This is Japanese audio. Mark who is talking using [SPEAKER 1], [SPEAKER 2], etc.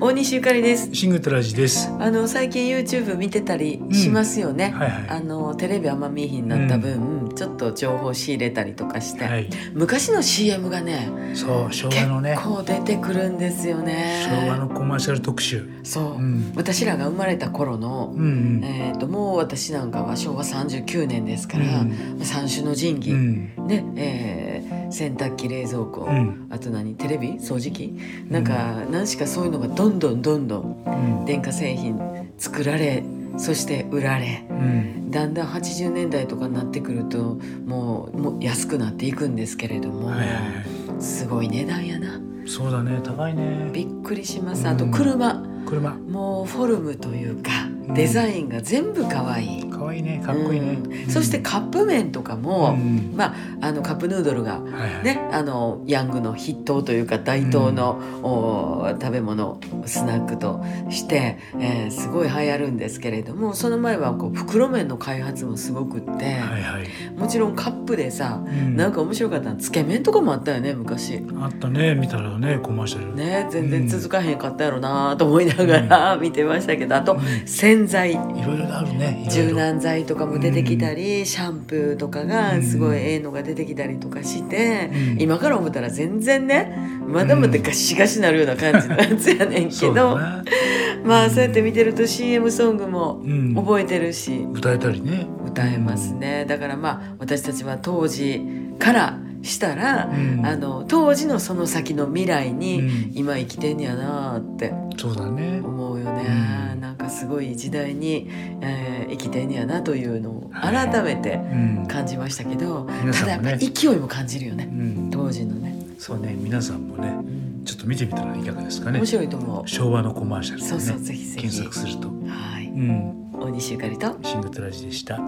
[SPEAKER 1] 大西ゆかりです
[SPEAKER 2] シングトラジです。
[SPEAKER 1] あの最近 YouTube 見てたりしますよね、
[SPEAKER 2] はいは
[SPEAKER 1] あのテレビあんま見えひんなった分、ちょっと情報仕入れたりとかし
[SPEAKER 2] い。
[SPEAKER 1] て、
[SPEAKER 2] はい。
[SPEAKER 1] 昔の CM がね
[SPEAKER 2] そう、昭
[SPEAKER 1] 結
[SPEAKER 2] 和のね、
[SPEAKER 1] 構出てくるんですよね
[SPEAKER 2] 昭和のコマーシャル特集。
[SPEAKER 1] そう、
[SPEAKER 2] うん。
[SPEAKER 1] 私らが生まれた頃の
[SPEAKER 2] う、ん
[SPEAKER 1] えー、ともう私なんかは昭和39年です
[SPEAKER 2] う
[SPEAKER 1] か
[SPEAKER 2] ん。う
[SPEAKER 1] ら、
[SPEAKER 2] ん。
[SPEAKER 1] 三種の神器、
[SPEAKER 2] うん。
[SPEAKER 1] ねえー洗濯機冷蔵庫、
[SPEAKER 2] うん
[SPEAKER 1] あと何テレビ掃除機なんか何しかそういうのがどんどんどんどん
[SPEAKER 2] うん。
[SPEAKER 1] 電化製品作られそして売られ
[SPEAKER 2] うん。
[SPEAKER 1] だんだん80年代とかになってくるともうもう安くなっていくんですけれども、
[SPEAKER 2] はいはいは。
[SPEAKER 1] すごい値段やない
[SPEAKER 2] そうだね、高いね。
[SPEAKER 1] びっくりしますあと
[SPEAKER 2] うん
[SPEAKER 1] 車、
[SPEAKER 2] 車。
[SPEAKER 1] もうフォルムというか
[SPEAKER 2] うん
[SPEAKER 1] デザインが全部可愛い
[SPEAKER 2] 可愛いね、かっこいいね。
[SPEAKER 1] うん
[SPEAKER 2] うん
[SPEAKER 1] そして、カップ麺とか
[SPEAKER 2] う
[SPEAKER 1] も、
[SPEAKER 2] ん。
[SPEAKER 1] まああのカップヌードルが
[SPEAKER 2] はいはい。
[SPEAKER 1] ね、あのヤングの筆頭というか大東の、お食べ物スナックとして、えーすごい流行るんですけれどもその前はこう袋麺の開発もすごくって、
[SPEAKER 2] はいはい。
[SPEAKER 1] もちろんカップでさ
[SPEAKER 2] うん
[SPEAKER 1] なんか面白かったのつけ麺とかもあったよね昔。
[SPEAKER 2] あったね、見たらね、コマーシャル。
[SPEAKER 1] ね、全然続かへんかったやろなと思いながら見てましたけどあと洗剤
[SPEAKER 2] いろいろあるね。いろいろ
[SPEAKER 1] 柔。軟剤とかも出てきたり、シャンプーとかがすごいええのが出てきたりとかして、
[SPEAKER 2] うん
[SPEAKER 1] 今から思ったら全然ねまだまだガシガシなるような感じのやつやねんけ
[SPEAKER 2] そう
[SPEAKER 1] ど、
[SPEAKER 2] だね。
[SPEAKER 1] まあそうやって見てると CM ソングも
[SPEAKER 2] うん。
[SPEAKER 1] 覚えてるし
[SPEAKER 2] 歌えたりね。
[SPEAKER 1] 歌えますねだからまあ私たちは当時からしたら
[SPEAKER 2] う、ん。
[SPEAKER 1] あの当時のその先の未来
[SPEAKER 2] う
[SPEAKER 1] に
[SPEAKER 2] ん。
[SPEAKER 1] 今生きてんやなって
[SPEAKER 2] そうだね。
[SPEAKER 1] 思うよね、
[SPEAKER 2] うん
[SPEAKER 1] なんかすごい時代に、えー生きてんやなというのを
[SPEAKER 2] はい
[SPEAKER 1] 改めて
[SPEAKER 2] うん。
[SPEAKER 1] 感じましたけど、
[SPEAKER 2] 皆
[SPEAKER 1] た
[SPEAKER 2] さ
[SPEAKER 1] だや
[SPEAKER 2] ん
[SPEAKER 1] っ
[SPEAKER 2] も
[SPEAKER 1] ぱ
[SPEAKER 2] ね。
[SPEAKER 1] 勢いも感じるよ
[SPEAKER 2] う
[SPEAKER 1] ね
[SPEAKER 2] ん。
[SPEAKER 1] 当時のね、
[SPEAKER 2] そうね、皆さんもね。
[SPEAKER 1] うん
[SPEAKER 2] ちょっと見てみたらいかがですかね
[SPEAKER 1] 面。白いと思う
[SPEAKER 2] 昭和のコマーシャル
[SPEAKER 1] そう
[SPEAKER 2] で
[SPEAKER 1] そう、
[SPEAKER 2] ね、
[SPEAKER 1] ぜひぜ
[SPEAKER 2] 検
[SPEAKER 1] ひ
[SPEAKER 2] 索すると。
[SPEAKER 1] は
[SPEAKER 2] う
[SPEAKER 1] い
[SPEAKER 2] ん、
[SPEAKER 1] 大西ゆかりと
[SPEAKER 2] シングトラジでした。